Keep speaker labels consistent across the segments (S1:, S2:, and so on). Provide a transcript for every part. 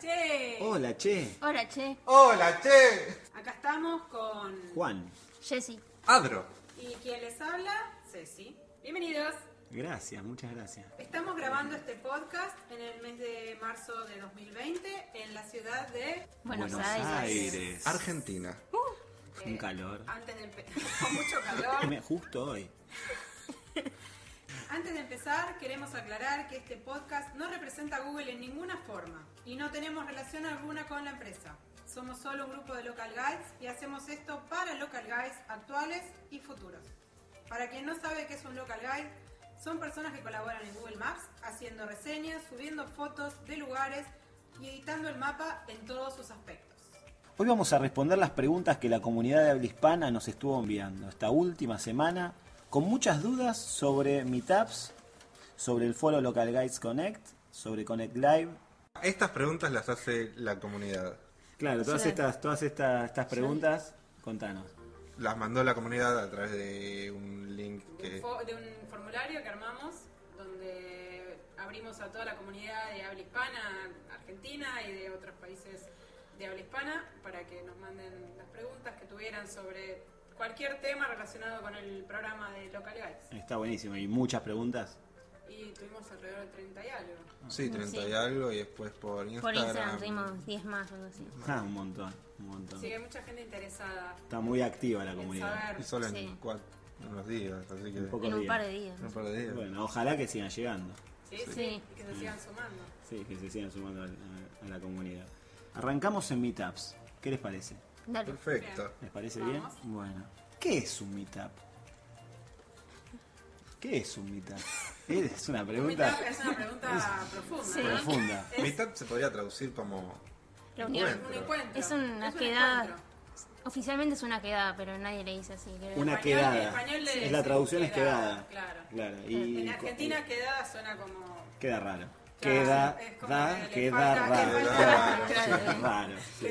S1: che.
S2: Hola, che.
S3: Hola, che.
S4: Hola, che.
S1: Acá estamos con
S2: Juan.
S3: Jessy.
S4: Adro.
S1: y quien les habla, Ceci. Bienvenidos.
S2: Gracias, muchas gracias.
S1: Estamos grabando este podcast en el mes de marzo de 2020 en la ciudad de
S3: Buenos, Aires.
S4: Argentina.
S2: Un calor.
S1: antes de empe- con mucho calor.
S2: Me- Justo hoy.
S1: Antes de empezar, queremos aclarar que este podcast no representa a Google en ninguna forma y no tenemos relación alguna con la empresa. Somos solo un grupo de local guides y hacemos esto para local guides actuales y futuros. Para quien no sabe qué es un local guide, son personas que colaboran en Google Maps haciendo reseñas, subiendo fotos de lugares y editando el mapa en todos sus aspectos.
S2: Hoy vamos a responder las preguntas que la comunidad de habla hispana nos estuvo enviando esta última semana, con muchas dudas sobre Meetups, sobre el foro Local Guides Connect, sobre Connect Live.
S4: Estas preguntas las hace la comunidad.
S2: Claro, todas
S3: Sí.
S2: estas, todas estas, estas preguntas, contanos.
S4: Las mandó la comunidad a través de un link
S1: de un
S4: que...
S1: fo- de un formulario que armamos donde abrimos a toda la comunidad de habla hispana, argentina y de otros países de habla hispana para que nos manden las preguntas que tuvieran sobre cualquier tema relacionado con el programa de Local Guides.
S2: Está buenísimo, y muchas preguntas.
S1: Y tuvimos alrededor de 30 y algo.
S4: Sí, 30 y
S3: Sí.
S4: algo y después por
S3: Por Instagram
S4: Instagram.
S3: tuvimos 10 más, algo así.
S2: Ah, un montón, un montón.
S1: Así que hay mucha gente interesada
S2: Está muy activa la
S1: en
S2: comunidad.
S1: saber.
S4: Y solo en
S3: Sí.
S4: cuatro, unos días, así que...
S2: Un poco. Pocos
S3: En un
S2: días.
S3: par de días.
S4: Un par de días.
S2: Bueno, ojalá que sigan llegando.
S1: Sí,
S3: Sí.
S1: sí, y que
S2: Mm.
S1: se sigan sumando.
S2: Sí, que se sigan sumando al- a, a la comunidad. Arrancamos en meetups. ¿Qué les parece?
S3: Dale.
S4: Perfecto.
S2: ¿Les parece
S1: Vamos.
S2: bien? Bueno. ¿Qué es un meetup? ¿Qué es un meetup? Es una pregunta
S1: Es una pregunta profunda.
S3: Sí.
S1: ¿no?
S2: profunda.
S1: Es-
S4: Mitad se podría traducir como...
S3: Reunión.
S1: Un encuentro.
S3: Es una
S1: un
S3: quedada.
S1: encuentro.
S3: Oficialmente es una quedada, pero nadie le dice así. creo.
S2: Una
S1: español- en
S2: quedada.
S1: español le
S2: es la
S1: dicen
S2: traducción es quedada.
S1: quedada, claro.
S2: Y
S1: En Argentina quedada suena como...
S2: queda raro.
S1: Claro,
S2: Queda,
S1: es como que
S2: da,
S1: le
S2: queda
S1: falta-
S2: raro.
S1: le
S4: falta-
S3: Claro.
S2: Raro, sí.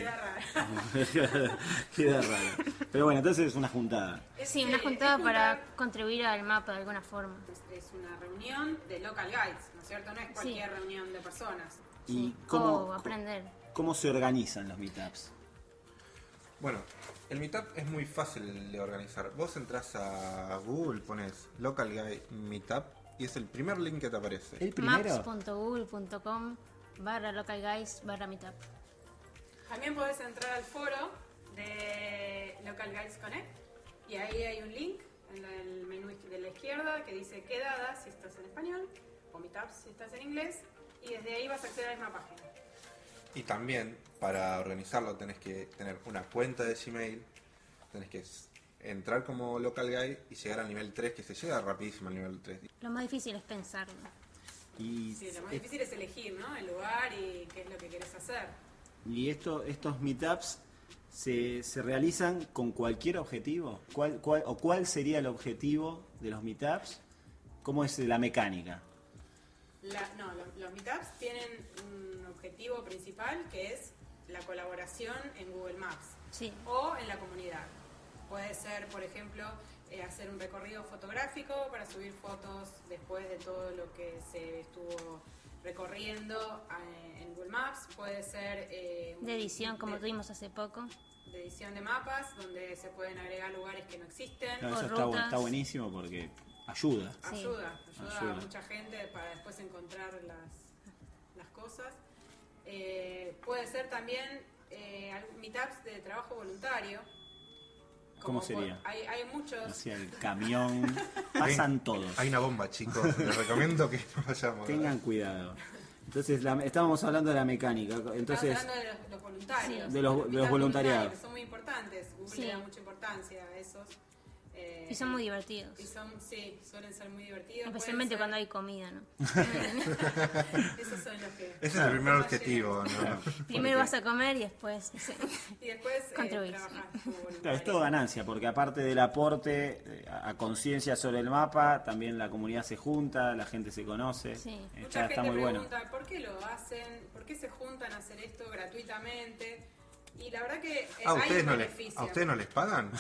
S1: Queda raro.
S2: Queda raro. Pero bueno, entonces es una juntada.
S1: Es,
S3: Sí,
S1: eh,
S3: una
S1: es
S3: juntada
S1: juntar-
S3: para contribuir al mapa de alguna forma.
S1: Es una reunión de local guides, ¿no es cierto? No es cualquier reunión de personas.
S2: ¿Y
S3: Sí.
S2: cómo,
S3: O aprender.
S2: cómo se organizan los meetups?
S4: Bueno, el Meetup es muy fácil de organizar. Vos entras a Google, pones Local Guy Meetup y es el primer link que te aparece.
S2: El primero.
S3: Maps.google.com barra localguys barra meetup.
S1: También podés entrar al foro de Local Guides Connect y ahí hay un link en la- el menú de la izquierda que dice quedadas si estás en español o meetups si estás en inglés y desde ahí vas a acceder a la misma página.
S4: Y también, para organizarlo, tenés que tener una cuenta de Gmail, tenés que s- entrar como local guy y llegar al nivel 3, que se llega rapidísimo al nivel 3.
S3: Lo más difícil es pensarlo.
S2: Y,
S1: Sí, lo más difícil es elegir, ¿no? El lugar y qué es lo que quieres hacer.
S2: y esto, estos meetups se, se realizan con cualquier objetivo. ¿Cuál, cuál, ¿O cuál sería el objetivo de los meetups? ¿Cómo es la mecánica?
S1: La- no, lo- los, meetups tienen un objetivo principal que es la colaboración en Google Maps
S3: Sí.
S1: o en la comunidad. Puede ser, por ejemplo, eh, hacer un recorrido fotográfico para subir fotos después de todo lo que se estuvo recorriendo eh, en Google Maps. Puede ser... eh, un-
S3: De edición, como
S1: de-
S3: tuvimos hace poco.
S1: de edición de mapas, donde se pueden agregar lugares que no existen.
S2: Claro,
S3: Con
S2: eso está, bu-
S3: rutas.
S2: está buenísimo porque ayuda.
S3: Sí.
S1: Ayuda, ayuda,
S2: Ayuda.
S1: a mucha gente para después encontrar las, las cosas. Eh, puede ser también eh, al- meetups de trabajo voluntario.
S2: ¿Cómo
S1: Como
S2: sería?
S1: po- Hay, hay muchos.
S2: Hacia el camión. Pasan todos.
S4: Hay una bomba, chicos. Les recomiendo que no vayamos.
S2: Tengan cuidado. Entonces, la- estábamos hablando de la mecánica. Entonces,
S1: Estamos hablando de los, los voluntarios.
S2: Sí. De los- de los
S1: meetups
S2: voluntariados.
S1: voluntarios, Son muy importantes. Google
S3: Sí.
S1: le da mucha importancia a esos. eh,
S3: Y son muy divertidos.
S1: Y son, sí, suelen ser muy divertidos. pueden
S3: Especialmente
S1: ser-
S3: cuando hay comida, ¿no?
S1: Esos son los que.
S4: Ese es el primer
S1: Más
S4: objetivo, ¿no?
S3: Primero
S2: Porque-
S3: vas a comer y después... sí.
S1: Y después eh,
S3: Contribuís.
S1: trabajas como
S2: Claro, es
S1: voluntario.
S2: todo ganancia, porque aparte del aporte eh, a a conciencia sobre el mapa, también la comunidad se junta, la gente se conoce.
S3: Sí. Mucha
S2: Está,
S1: Mucha gente
S2: está muy bueno.
S1: pregunta por qué lo hacen, por qué se juntan a hacer esto gratuitamente. Y la verdad que eh,
S4: ¿A
S1: hay
S4: Ah, ustedes,
S1: un
S4: no les,
S1: beneficio.
S4: ¿A ustedes no les pagan?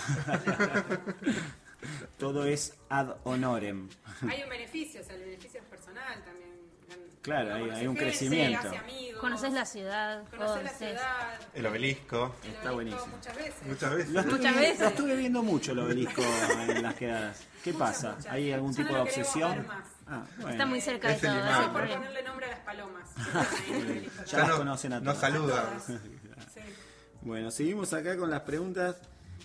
S2: Todo es ad honorem.
S1: Hay un beneficio, o sea, el beneficio es personal también. gan-
S2: Claro,
S1: No,
S2: hay,
S1: conoces
S2: hay un
S1: GBC,
S2: crecimiento.
S1: hace amigos,
S3: Conoces la ciudad.
S1: conoces la
S3: conoces-
S1: ciudad,
S4: El obelisco.
S1: el
S2: Está
S1: obelisco
S2: buenísimo.
S1: Muchas veces.
S4: Muchas veces.
S2: Lo estuve,
S3: Muchas veces.
S2: lo estuve viendo mucho el obelisco en las quedadas. ¿Qué
S1: Muchas,
S2: pasa?
S1: muchas.
S2: ¿Hay algún
S1: Ya
S2: tipo
S1: no
S2: de
S1: lo queremos ver
S2: obsesión?
S1: más.
S2: Ah, bueno.
S3: Está muy cerca de
S4: Es el
S3: todo.
S4: imán.
S3: ese
S1: No, por
S3: problema.
S1: ponerle nombre a las palomas.
S2: Ya las conocen a
S4: nos
S2: todas.
S4: saludan.
S1: Todas. Sí.
S2: Bueno, seguimos acá con las preguntas.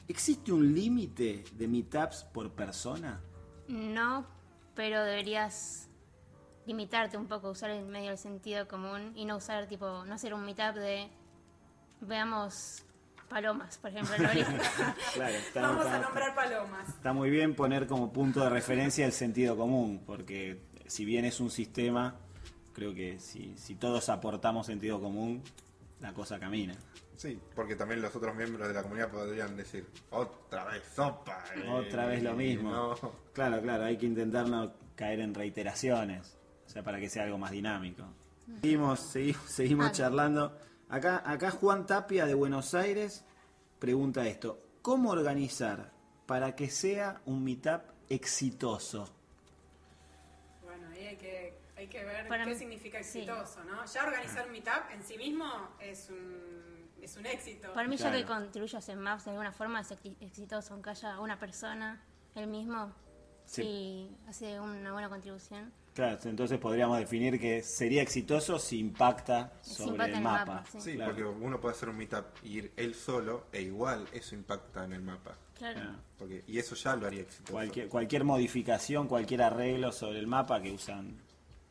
S2: ¿Existe un límite de meetups por persona?
S3: No, pero deberías limitarte un poco, usar el medio del sentido común y no usar tipo, no hacer un meetup de veamos palomas, por ejemplo, en Oriente.
S2: Claro, está,
S1: Vamos
S2: está-
S1: a nombrar palomas.
S2: está muy bien poner como punto de referencia el sentido común, porque si bien es un sistema, creo que si, si todos aportamos sentido común, la cosa camina.
S4: Sí, porque también los otros miembros de la comunidad podrían decir, otra vez sopa. eh,
S2: Otra vez lo mismo.
S4: no".
S2: Claro, claro, hay que intentar no caer en reiteraciones, o sea, para que sea algo más dinámico. Seguimos, seguimos, seguimos
S3: Ah.
S2: charlando. Acá, acá Juan Tapia de Buenos Aires pregunta esto, ¿cómo organizar para que sea un meetup exitoso?
S1: Bueno, ahí hay que, hay que ver
S3: Para
S1: qué
S3: mí-
S1: significa
S3: sí.
S1: exitoso, ¿no? Ya organizar un meetup en sí mismo es un, es un éxito.
S3: Para mí ya que
S2: Claro.
S3: contribuyas en Maps de alguna forma es exi- exitoso, aunque haya una persona, el mismo,
S2: Sí.
S3: si hace una buena contribución.
S2: Claro, entonces podríamos definir que sería exitoso si impacta
S3: Si
S2: sobre
S3: impacta en
S2: el
S3: el
S2: mapa.
S3: mapa, sí.
S4: Sí,
S2: Claro.
S4: porque uno puede hacer un meetup y ir él solo, e igual eso impacta en el mapa.
S3: Claro.
S2: Ah.
S4: Porque, y eso ya lo haría exitoso.
S2: Cualquier, cualquier modificación, cualquier arreglo sobre el mapa que usan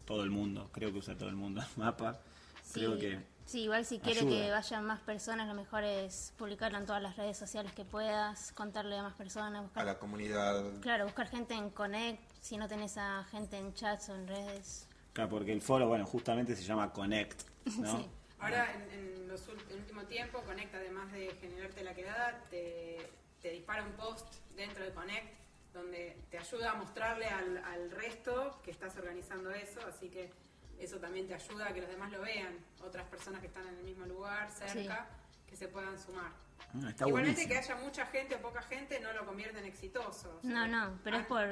S2: todo el mundo, creo que usa todo el mundo el mapa,
S3: Sí,
S2: creo que...
S3: sí, igual si quiere
S2: ayuda.
S3: que vayan más personas, lo mejor es publicarlo en todas las redes sociales que puedas, contarle a más personas,
S4: A
S3: buscar
S4: la comunidad.
S3: Claro, buscar gente en Connect, si no tenés a gente en chats o en redes.
S2: Claro, porque el foro, bueno, justamente se llama Connect, ¿no?
S3: Sí.
S1: Ahora, en, en los ul- en último tiempo, Connect, además de generarte la quedada, te, te dispara un post dentro de Connect donde te ayuda a mostrarle al, al resto que estás organizando eso, así que eso también te ayuda a que los demás lo vean, otras personas que están en el mismo lugar, cerca, que se puedan sumar.
S2: Ah, está
S1: Igualmente que
S2: buenísimo.
S1: haya mucha gente o poca gente no lo convierte en exitoso. o sea,
S3: No, no, pero es
S1: ah,
S3: por,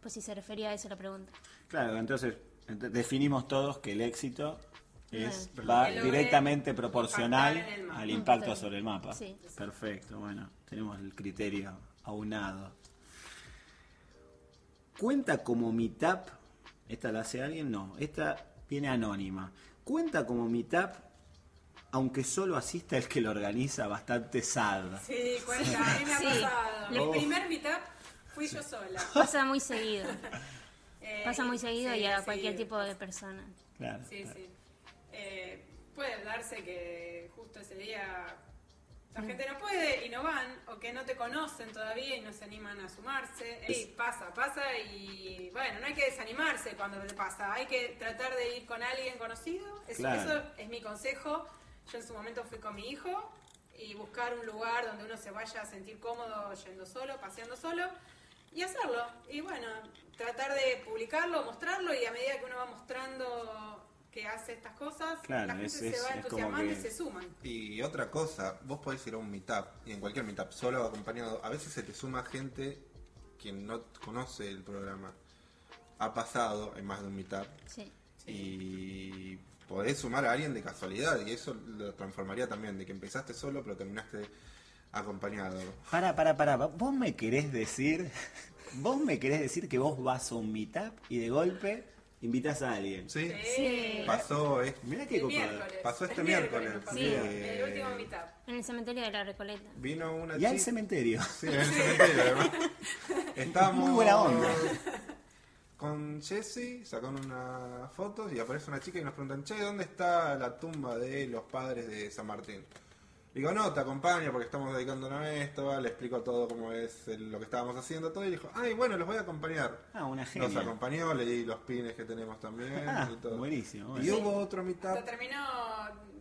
S3: pues si se refería a eso la pregunta.
S2: Claro, entonces ent- definimos todos que el éxito es
S4: Bueno.
S2: va
S1: Que logre
S2: directamente proporcional
S1: impactar en el mapa.
S2: al impacto
S3: Impactar.
S2: sobre el mapa.
S3: Sí.
S2: Perfecto, bueno, tenemos el criterio aunado. ¿Cuenta como meetup? ¿Esta la hace alguien? No, esta viene anónima. ¿Cuenta como meetup aunque solo asista el que lo organiza bastante sad?
S1: Sí, cuenta, a mí me ha
S3: Sí.
S1: pasado. Mi
S2: Oh.
S1: primer meetup fui yo sola.
S3: Pasa muy seguido,
S1: Eh,
S3: pasa muy seguido
S1: sí,
S3: y a
S1: sí,
S3: cualquier tipo de
S1: pasa.
S3: persona.
S2: Claro.
S1: Sí,
S2: claro.
S1: sí. Eh, puede darse que justo ese día la
S2: Mm.
S1: gente no puede y no van, o que no te conocen todavía y no se animan a sumarse. Y pasa, pasa y bueno, no hay que desanimarse cuando te pasa, hay que tratar de ir con alguien conocido. Eso,
S2: Claro.
S1: eso es mi consejo. Yo en su momento fui con mi hijo y buscar un lugar donde uno se vaya a sentir cómodo yendo solo, paseando solo y hacerlo. Y bueno, tratar de publicarlo, mostrarlo y a medida que uno va mostrando que hace estas cosas,
S2: Claro,
S1: la gente
S2: es-
S1: se
S2: es-
S1: va
S2: es como
S1: entusiasmando y
S2: que-
S1: se suman.
S4: Y otra cosa, vos podés ir a un meetup, y en cualquier meetup, solo o acompañado. A veces se te suma gente que no conoce el programa. Ha pasado en más de un meetup.
S3: Sí.
S4: Y podés sumar a alguien de casualidad, y eso lo transformaría también, de que empezaste solo, pero terminaste acompañado.
S2: Para, para, para. ¿Vos me querés decir? ¿Vos me querés decir que vos vas a un meetup y de golpe invitas a alguien?
S4: ¿Sí?
S3: Sí.
S4: Pasó, eh.
S2: Mirá qué
S1: El
S2: copado.
S1: miércoles.
S4: Pasó este
S1: El
S4: miércoles,
S1: pasó.
S4: sí.
S1: El último meetup.
S3: En el cementerio de la Recoleta.
S4: Vino una
S2: Y al
S4: chica-
S2: cementerio.
S4: Sí, en el cementerio, además. Estábamos.
S2: Muy buena onda.
S4: Con Jesse sacaron unas fotos y aparece una chica y nos preguntan, che, ¿dónde está la tumba de los padres de San Martín? Le Digo, no, te acompaño porque estamos dedicándonos a esto, le explico todo cómo es el- lo que estábamos haciendo, todo, y dijo, ay, bueno, los voy a acompañar.
S2: Ah, una
S4: Nos
S2: genia.
S4: acompañó, le di los pines que tenemos también.
S2: Ah,
S4: y todo.
S2: buenísimo.
S4: Y
S2: buenísimo.
S4: hubo otro meetup.
S1: Hasta terminó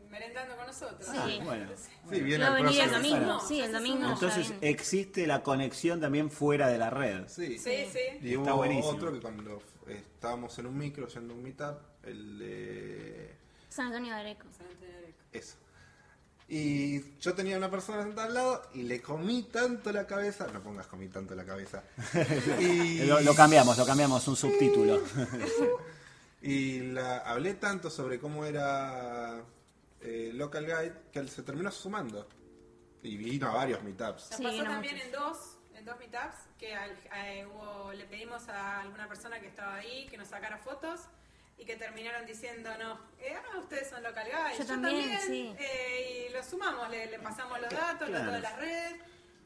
S1: merendando con nosotros.
S2: Ah,
S3: Sí.
S2: bueno.
S4: Sí, viene
S3: No,
S4: el
S3: venía el
S4: próximo.
S3: domingo,
S1: Para-
S3: sí, el domingo.
S2: Entonces eh,
S3: está bien.
S2: existe la conexión también fuera de la red.
S4: Sí.
S1: Sí, sí.
S4: Y
S2: Está
S4: hubo
S2: buenísimo.
S4: otro que cuando f- estábamos en un micro yendo a un meetup, el de...
S3: San Antonio de Areco.
S4: Eso. Y yo tenía una persona sentada al lado y le comí tanto la cabeza. No pongas comí tanto la cabeza. y,
S2: Eh, Lo, lo cambiamos, lo cambiamos, un subtítulo.
S4: Y la, hablé tanto sobre cómo era eh, Local Guide que él se terminó sumando. Y vino a varios meetups.
S1: Nos
S3: Sí,
S1: pasó
S3: no
S1: también
S3: muchos.
S1: en dos, en dos meetups que al- eh, hubo- le pedimos a alguna persona que estaba ahí que nos sacara fotos y que terminaron diciendo, no, eh, ah, ustedes son local guys.
S3: Yo también, sí.
S1: eh, y los sumamos, le, le pasamos los datos, los
S2: Claro.
S1: datos de las redes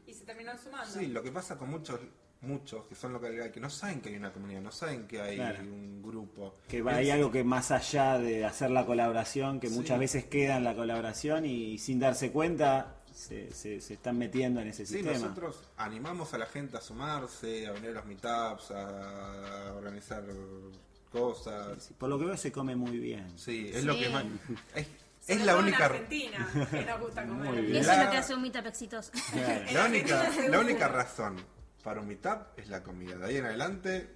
S1: y se terminaron sumando.
S4: Sí, lo que pasa con muchos muchos que son Local Guide que no saben que hay una comunidad, no saben que hay
S2: Claro.
S4: un grupo.
S2: Que va- hay
S4: Es-
S2: algo que más allá de hacer la colaboración, que
S4: Sí.
S2: muchas veces queda en la colaboración y sin darse cuenta se, se- se están metiendo en ese
S4: Sí,
S2: sistema.
S4: nosotros animamos a la gente a sumarse, a venir a los meetups, a organizar cosas.
S2: Sí, Por lo que veo se come muy bien.
S4: Sí, es lo
S3: Sí.
S4: que más... Es,
S1: Sobre
S4: es la
S1: todo En
S4: única...
S1: Argentina que nos gusta comer.
S2: Muy
S3: Y
S2: bien.
S3: eso es
S4: La-
S3: lo que hace un meetup exitoso.
S2: Claro.
S1: En
S4: La única,
S1: Argentina
S4: la
S1: seguro.
S4: única razón para un meetup es la comida. De ahí en adelante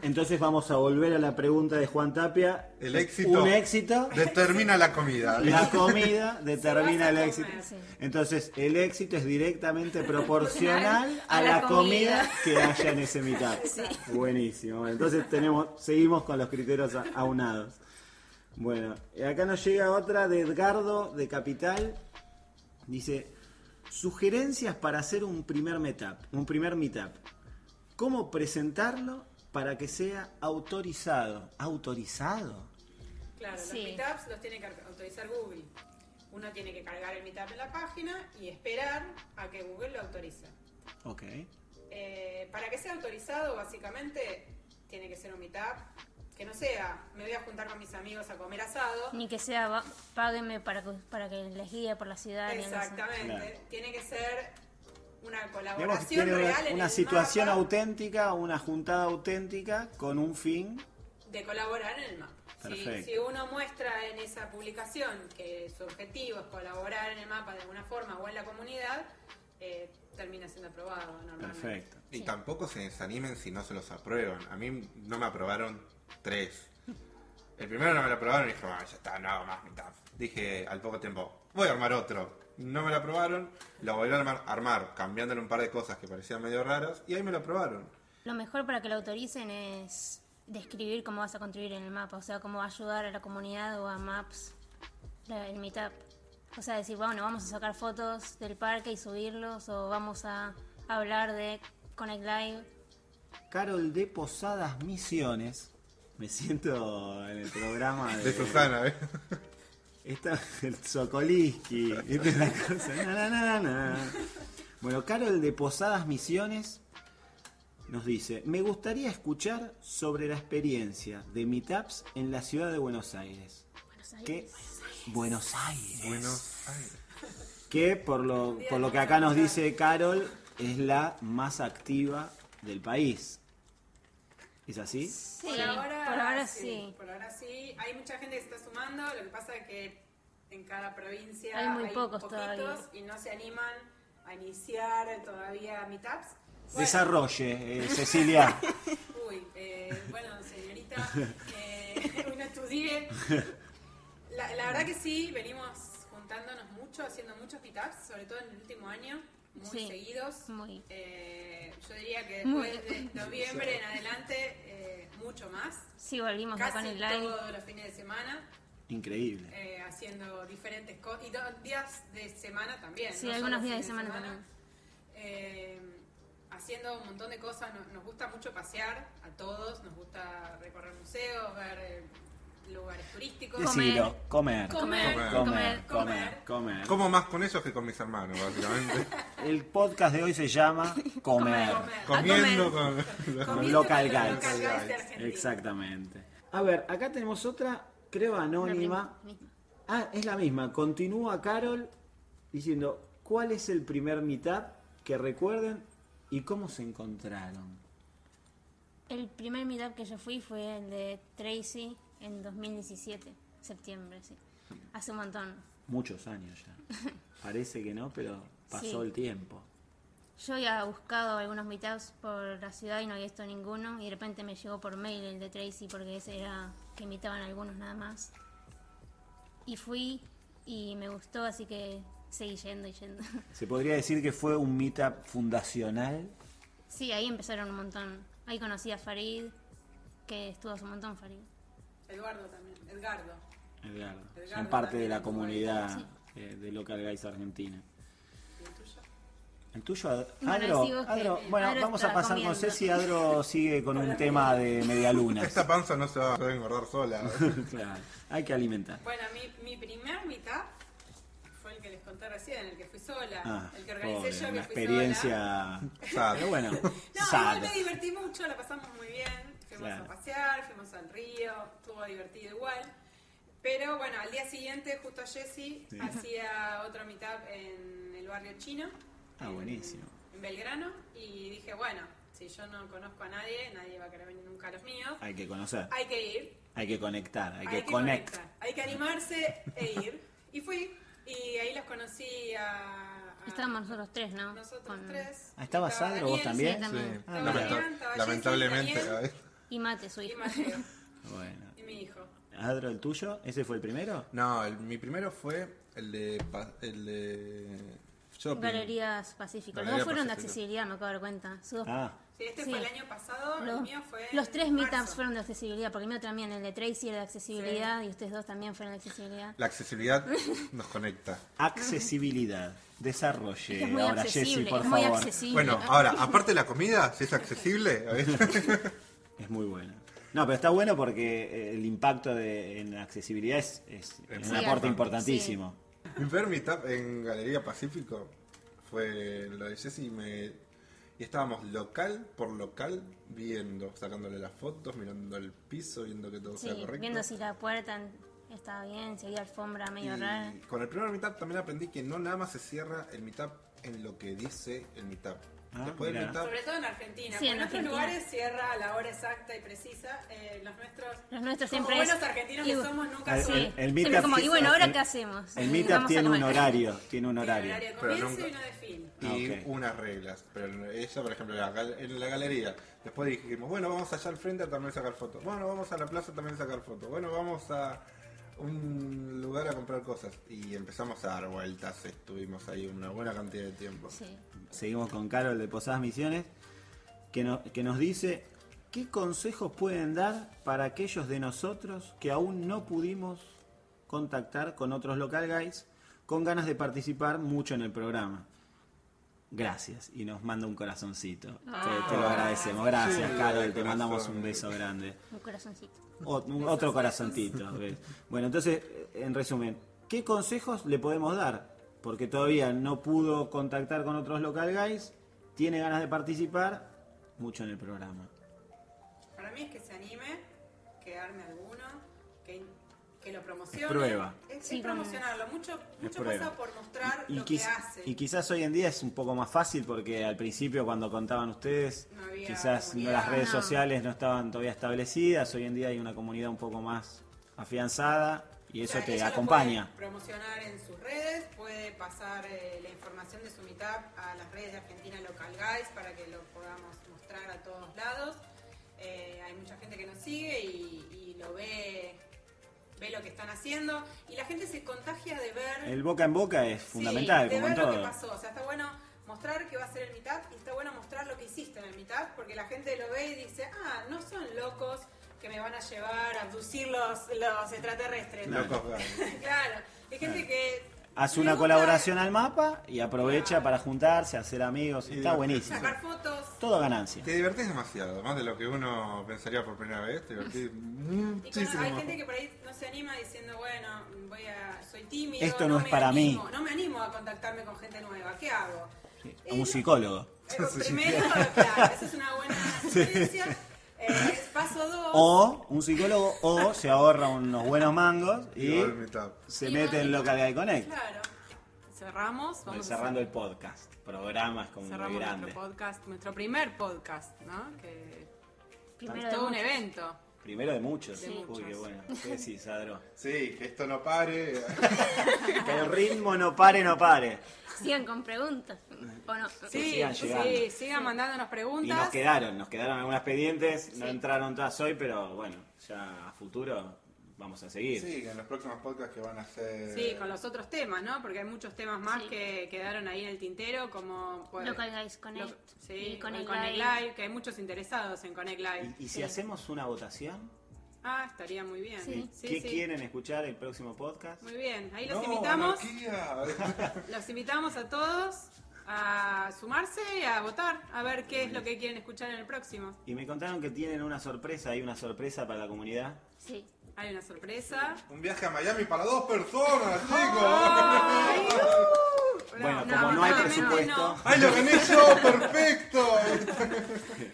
S2: Entonces vamos a volver a la pregunta de Juan Tapia.
S4: El éxito.
S2: Un éxito.
S4: determina la comida.
S2: La comida determina
S1: a
S2: el
S1: comer.
S2: éxito.
S3: Sí.
S2: Entonces, el éxito es directamente proporcional
S3: A
S2: a
S3: la
S2: la comida
S3: comida.
S2: que haya en ese mitad. Buenísimo. Bueno, entonces tenemos, seguimos con los criterios a- aunados. Bueno, y acá nos llega otra de Edgardo de Capital. Dice, sugerencias para hacer un primer meetup, un primer meetup. ¿Cómo presentarlo para que sea autorizado? ¿Autorizado?
S1: Claro,
S3: Sí.
S1: los meetups los tiene que autorizar Google. Uno tiene que cargar el meetup en la página y esperar a que Google lo autorice.
S2: Ok.
S1: Eh, para que sea autorizado, básicamente, tiene que ser un meetup que no sea, me voy a juntar con mis amigos a comer asado.
S3: Ni que sea, va- páguenme para que, para que les guíe por la ciudad. ni algo así.
S1: Exactamente.
S2: Claro.
S1: Tiene que ser una
S2: Digamos que
S1: colaboración
S2: tiene una,
S1: real en
S2: una
S1: el
S2: situación
S1: mapa
S2: auténtica, una juntada auténtica con un fin.
S1: de colaborar en el mapa. Si-
S2: Perfecto.
S1: Si uno muestra en esa publicación que su objetivo es colaborar en el mapa de alguna forma o en la comunidad, eh, termina siendo aprobado normalmente.
S2: Perfecto.
S4: Y tampoco se desanimen si no se los aprueban. A mí no me aprobaron tres. El primero no me lo aprobaron y dije, "Ah, ya está, no hago más mitad. Dije al poco tiempo, voy a armar otro. No me lo aprobaron, lo volví a armar, armar, cambiándole un par de cosas que parecían medio raras y ahí me lo aprobaron.
S3: Lo mejor para que lo autoricen es describir cómo vas a construir en el mapa, o sea, cómo va a ayudar a la comunidad o a Maps, la- el Meetup. O sea, decir, bueno, vamos a sacar fotos del parque y subirlos, o vamos a hablar de Connect Live.
S2: Carol de Posadas Misiones. Me siento en el programa de,
S4: De Susana, ¿eh?
S2: Esta, el Sokolinsky. Esta es la cosa. Na, na, na, na, na. Bueno, Carol de Posadas Misiones nos dice: Me gustaría escuchar sobre la experiencia de meetups en la ciudad de Buenos Aires.
S3: Buenos
S2: Que
S3: Aires.
S2: Buenos Aires.
S4: Buenos Aires.
S2: que por lo, por lo que acá nos dice Carol es la más activa del país. ¿Es así?
S3: Sí, por ahora, sí.
S1: Por ahora sí. Hay mucha gente que se está sumando, lo que pasa es que en cada provincia
S3: Hay muy pocos todavía.
S1: y no se animan a iniciar todavía meetups. Bueno,
S2: Desarrolle, eh, Cecilia.
S1: Uy, eh, bueno, señorita, eh, una estudié. La, la verdad que sí, venimos juntándonos mucho, haciendo muchos meetups, sobre todo en el último año, muy
S3: Sí,
S1: seguidos.
S3: muy.
S1: Eh, yo diría que
S3: Muy.
S1: después de noviembre en adelante, eh, mucho más.
S3: Sí, volvimos a
S1: Casi
S3: Connect Live.
S1: todos los fines de semana,
S2: Increíble.
S1: eh, haciendo diferentes cosas. Y dos días de semana también.
S3: Sí,
S1: no
S3: algunos
S1: solo
S3: días de
S1: fines
S3: semana también.
S1: Eh, haciendo un montón de cosas. Nos, nos gusta mucho pasear a todos. Nos gusta recorrer museos, ver eh, lugares turísticos.
S3: Comer.
S2: Decilo, comer.
S3: Comer,
S4: Comer,
S2: Comer,
S3: comer,
S2: comer, comer.
S4: Como más con ellos que con mis hermanos, básicamente.
S2: El podcast de hoy se llama Comer.
S1: Comer.
S4: Comiendo con...
S1: Comiendo
S2: Local
S1: con los
S2: Guides.
S1: Local Guides de
S4: Guides.
S1: Argentina.
S2: Exactamente. A ver, acá tenemos otra, creo anónima.
S3: La misma.
S2: Ah, es la misma. Continúa Carol diciendo, ¿cuál es el primer meetup que recuerden y cómo se encontraron?
S3: El primer meetup que yo fui fue el de Tracy en 2017, septiembre, sí. Hace un montón.
S2: Muchos años ya. Parece que no, pero pasó
S3: Sí.
S2: el tiempo.
S3: Yo había buscado algunos meetups por la ciudad y no había visto ninguno y de repente me llegó por mail el de Tracy porque ese era que invitaban algunos nada más. Y fui y me gustó, así que seguí yendo y yendo.
S2: Se podría decir que fue un meetup fundacional.
S3: sí, ahí empezaron un montón. Ahí conocí a Farid, que estuvo hace un montón Farid.
S1: Eduardo también. Edgardo.
S2: Edgardo. Son
S1: Edgardo
S2: parte de
S1: también
S2: la
S1: es
S2: comunidad
S3: muy
S2: eh, de Local Guys Argentina.
S1: ¿Y el tuyo?
S2: El tuyo, Ad-
S3: Bueno,
S2: Adro.
S3: sí, vos que-
S2: Adro- bueno,
S3: Adro
S2: vamos a
S3: está
S2: pasar con
S3: comiendo.
S2: Ceci. Adro sigue con un tema de medialunas.
S4: Esta panza no se va a engordar sola.
S2: claro, hay que alimentar.
S1: Bueno, mi, mi primer mitad fue el que les conté recién, el que fui sola.
S2: Ah,
S1: el que organicé
S2: pobre,
S1: yo, que fui sola.
S2: una experiencia.
S4: Sad.
S2: Pero bueno,
S1: No,
S2: sad.
S1: igual me divertí mucho, la pasamos muy bien. Fuimos
S2: Claro.
S1: a pasear, fuimos al río, estuvo divertido igual. Pero bueno, al día siguiente, justo Jessy
S2: Sí.
S1: hacía otra mitad en el barrio chino.
S2: Ah,
S1: en-
S2: buenísimo.
S1: En Belgrano. Y dije, bueno, si yo no conozco a nadie, nadie va a querer venir nunca a los míos.
S2: Hay que conocer,
S1: Hay que ir,
S2: hay que conectar, hay, que,
S1: conectar,
S2: conectar.
S1: Hay que animarse e ir. Y fui. Y ahí los conocí a. a
S3: Estábamos nosotros tres, ¿no?
S1: Ah, nosotros
S3: Con-
S1: tres.
S2: Ah,
S1: Estaba
S2: ¿estabas Sandro, vos
S1: Daniel,
S2: también?
S3: Sí, también.
S1: Ah,
S4: Lamenta-
S1: Daniel, estaba
S4: lamentablemente. ¿eh?
S1: Jessy, Daniel.
S3: Y Mate, su
S1: Y
S3: hijo.
S1: Mateo.
S2: Bueno.
S1: Y mi hijo.
S2: Adro, el tuyo, ¿ese fue el primero?
S4: No, el- mi primero fue el de, pa- el de shopping.
S3: Galerías Pacífico. Los dos
S4: Galería
S3: fueron de
S4: Pacífico.
S3: accesibilidad, me acabo de dar cuenta. Sus dos-
S2: Ah,
S1: Sí, este
S3: Sí.
S1: fue el año pasado. el
S3: los,
S1: mío fue.
S3: los
S1: en
S3: tres meetups
S1: marzo.
S3: fueron de accesibilidad, porque el mío también, el de Tracy era de accesibilidad y ustedes dos también fueron de accesibilidad.
S4: La accesibilidad nos conecta.
S2: accesibilidad.
S3: Es
S2: Desarrolle
S3: que es muy
S2: ahora,
S3: accesible,
S2: Jessy, por
S3: es muy
S2: favor. ah,
S3: accesible. Ah,
S4: Bueno, ahora, aparte de la comida, si es accesible, a ver,
S2: Es muy buena. No, pero está bueno porque eh, el impacto de, en la accesibilidad es, es- es un
S3: Sí,
S2: aporte
S3: sí.
S2: importantísimo.
S4: Mi primer meetup en Galería Pacífico fue lo de Jessy y me. Y estábamos local por local viendo, sacándole las fotos, mirando el piso, viendo que todo
S3: Sí,
S4: sea correcto.
S3: viendo si la puerta en- estaba bien, si había alfombra medio rara.
S4: y con el primer meetup también aprendí que no nada más se cierra el meetup en lo que dice el meetup.
S2: Ah,
S4: Después del
S2: mirá.
S4: meetup
S1: Sobre todo en Argentina. porque
S3: Sí,
S1: en,
S3: en
S1: otros
S3: Argentina.
S1: lugares cierra a la hora exacta y precisa. eh, los nuestros.
S3: Los nuestros
S1: como
S3: siempre es-
S1: buenos argentinos que
S3: y-
S1: somos, nunca
S2: El-
S1: son.
S2: el- el
S3: Sí,
S2: meetup
S3: pero como,
S2: sí-
S3: y bueno, ¿ahora
S2: el-
S3: qué hacemos?
S2: El
S3: Y
S2: meetup
S3: vamos a
S2: tiene un
S3: comer.
S2: horario, tiene un
S1: Tiene
S2: horario.
S1: horario de
S4: Pero
S1: comienzo
S4: nunca-
S1: y uno de fin.
S4: y
S2: Ah, ok.
S4: unas reglas. Pero ella, por ejemplo, la gal- en la galería. Después dijimos, bueno, vamos allá al frente a también sacar fotos. Bueno, vamos a la plaza también a sacar fotos. Bueno, vamos a un lugar a comprar cosas. Y empezamos a dar vueltas. Estuvimos ahí una buena cantidad de tiempo.
S3: Sí.
S2: Seguimos con Carol de Posadas Misiones, que, no- que nos dice, ¿qué consejos pueden dar para aquellos de nosotros que aún no pudimos contactar con otros local guys con ganas de participar mucho en el programa? Gracias. Y nos manda un corazoncito. Te- te, lo agradecemos. Gracias,
S4: Sí,
S2: Carol. Te
S4: corazón.
S2: mandamos un beso grande.
S3: Un corazoncito.
S2: Ot- un- otro corazoncito. ¿ves? Bueno, entonces, en resumen, ¿qué consejos le podemos dar? Porque todavía no pudo contactar con otros local guys, tiene ganas de participar mucho en el programa.
S1: Para mí es que se anime, que arme alguno, que, que lo promocione.
S2: Es prueba.
S1: Es, es
S3: Sí, bueno.
S1: promocionarlo. Mucho, mucho
S2: prueba.
S1: pasa por mostrar
S2: Y,
S1: lo
S2: quiz-
S1: que hace.
S2: y quizás hoy en día es un poco más fácil porque al principio cuando contaban ustedes,
S1: No había
S2: quizás no- las
S1: comunidad,
S2: redes
S3: no.
S2: sociales no estaban todavía establecidas, hoy en día hay una comunidad un poco más afianzada y
S1: O
S2: eso
S1: sea,
S2: te
S1: ella lo
S2: acompaña.
S1: puede promocionar en sus redes, puede pasar eh, la información de su mitad a las redes de Argentina Local Guys para que lo podamos mostrar a todos lados. Eh, hay mucha gente que nos sigue y, y lo ve, ve lo que están haciendo y la gente se contagia de ver
S2: El boca en boca es fundamental,
S1: de
S2: como en
S1: ver
S2: todo.
S1: lo que pasó. O sea, está bueno mostrar que va a ser el mitad y está bueno mostrar lo que hiciste en el mitad porque la gente lo ve y dice, ah, no son locos que me van a llevar a abducir los, los extraterrestres.
S4: Locos gays.
S1: claro, hay gente que...
S2: Hace
S1: le
S2: una
S1: gusta
S2: colaboración al mapa y aprovecha
S1: Claro.
S2: para juntarse, hacer amigos.
S4: Y
S2: Está
S4: divertirse.
S2: buenísimo.
S1: Sacar fotos.
S2: Todo ganancia.
S4: Te divertís demasiado, más de lo que uno pensaría por primera vez. Te divertís
S1: Y cuando
S4: muchísimo.
S1: hay gente que por ahí no se anima diciendo, bueno, voy a, soy tímido.
S2: Esto no es
S1: me
S2: para mí.
S1: animo, No me animo a contactarme con gente nueva. ¿Qué hago?
S2: A un psicólogo.
S1: Pero primero, claro, esa es una buena sugerencia. Eh, paso dos.
S2: O un psicólogo o se ahorra unos buenos mangos
S4: Y
S2: y
S4: el meetup.
S2: se
S3: Y
S2: mete
S3: va.
S2: en Local Guy Connect.
S1: Claro. Cerramos. Vamos a
S2: Pues Cerrando el podcast. Programas como muy
S1: cerramos
S2: grandes.
S1: nuestro podcast, nuestro primer podcast, ¿no? Que
S3: Primero de
S1: todo un
S3: muchos.
S1: evento.
S2: Primero de muchos.
S1: De
S2: Uy,
S1: muchos.
S2: qué bueno. ¿Qué decís, Adro?
S4: Sí, que esto no pare.
S2: Que el ritmo no pare, no pare.
S3: Sigan con preguntas. ¿O no?
S2: Que sigan llegando.
S1: sí, sigan mandándonos
S2: Y nos
S1: preguntas.
S2: quedaron, nos quedaron algunos pendientes. No
S3: Sí.
S2: entraron todas hoy, pero bueno, ya a futuro vamos a seguir.
S4: Sí, en los próximos podcasts que van a ser.
S1: Sí, con los otros temas, ¿no? Porque hay muchos temas más
S3: Eh, Sí.
S1: que quedaron ahí en el tintero, como pues,
S3: Local Guys Connect
S1: lo- sí,
S3: y
S1: o el
S3: Connect
S1: Connect
S3: Live.
S1: Live, que hay muchos interesados en Connect Live.
S2: ¿Y, y si
S3: Sí.
S2: hacemos una votación?
S1: Ah, estaría muy bien.
S3: Sí.
S1: Sí,
S2: ¿Qué
S1: sí.
S2: quieren escuchar el próximo podcast?
S1: Muy bien, ahí los
S5: No,
S1: invitamos.
S5: anarquía.
S1: Los invitamos a todos a sumarse y a votar, a ver qué es lo que quieren escuchar en el próximo.
S2: Y me contaron que tienen una sorpresa, hay una sorpresa para la comunidad.
S3: Sí.
S1: Hay una sorpresa.
S5: Un viaje a Miami para dos personas,
S1: Ah.
S5: chicos.
S1: ¡Ay, uh!
S2: bueno, como no hay
S1: claramente
S2: presupuesto,
S1: no.
S5: ¡Ay, lo gané yo! ¡Perfecto!
S1: Eh,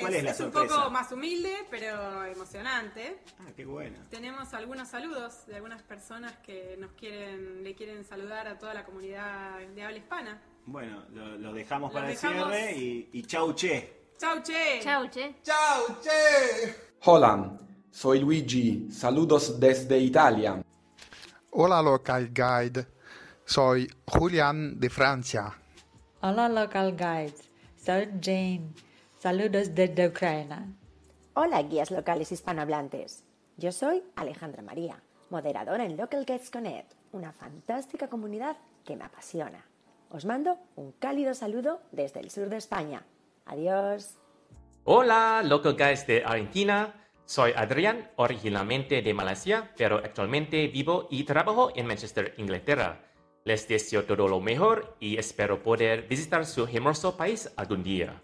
S2: ¿Cuál es la
S1: un
S2: sorpresa?
S1: poco más humilde, pero emocionante.
S2: Ah, qué bueno.
S1: Tenemos algunos saludos de algunas personas que nos quieren, le quieren saludar a toda la comunidad de habla hispana.
S2: Bueno, lo, lo dejamos
S1: Lo
S2: para
S1: dejamos.
S2: el cierre y, y chau che.
S1: ¡Chau, che!
S3: Chau, che.
S5: ¡Chao, che!
S6: Hola, soy Luigi, saludos desde Italia.
S7: Hola local guide, soy Julián de Francia.
S8: Hola Local Guides, soy Jane. Saludos desde Ucrania.
S9: Hola, guías locales hispanohablantes. Yo soy Alejandra María, moderadora en Local Guides Connect, una fantástica comunidad que me apasiona. Os mando un cálido saludo desde el sur de España. Adiós.
S10: Hola, Local Guys de Argentina. Soy Adrián, originalmente de Malasia, pero actualmente vivo y trabajo en Manchester, Inglaterra. Les deseo todo lo mejor y espero poder visitar su hermoso país algún día.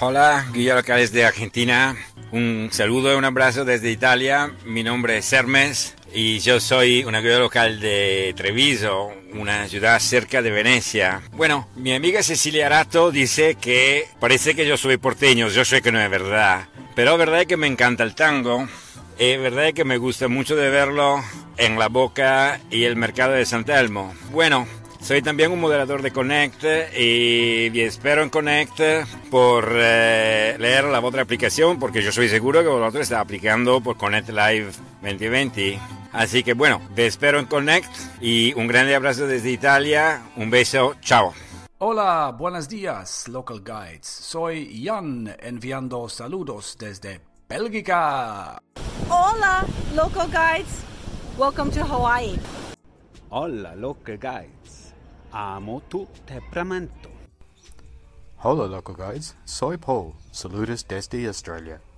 S4: Hola, guía locales de Argentina. Un saludo y un abrazo desde Italia. Mi nombre es Hermes y yo soy una guía local de Treviso, una ciudad cerca de Venecia. Bueno, mi amiga Cecilia Arato dice que parece que yo soy porteño. Yo sé que no es verdad, pero verdad es que me encanta el tango. Es Eh, verdad que me gusta mucho de verlo en La Boca y el mercado de San Telmo. Bueno, soy también un moderador de Connect y y espero en Connect por eh, leer la otra aplicación porque yo soy seguro que vosotros está aplicando por Connect Live 2020. Así que bueno, te espero en Connect y un grande abrazo desde Italia. Un beso, chao.
S11: Hola, buenos días, Local Guides. Soy Jan enviando saludos desde Bélgica.
S12: Hola, local guides. Welcome to Hawaii.
S13: Hola, Local Guides. Amo tu temperamento.
S14: Hola, local guides. Soy Paul. Saludos desde Australia.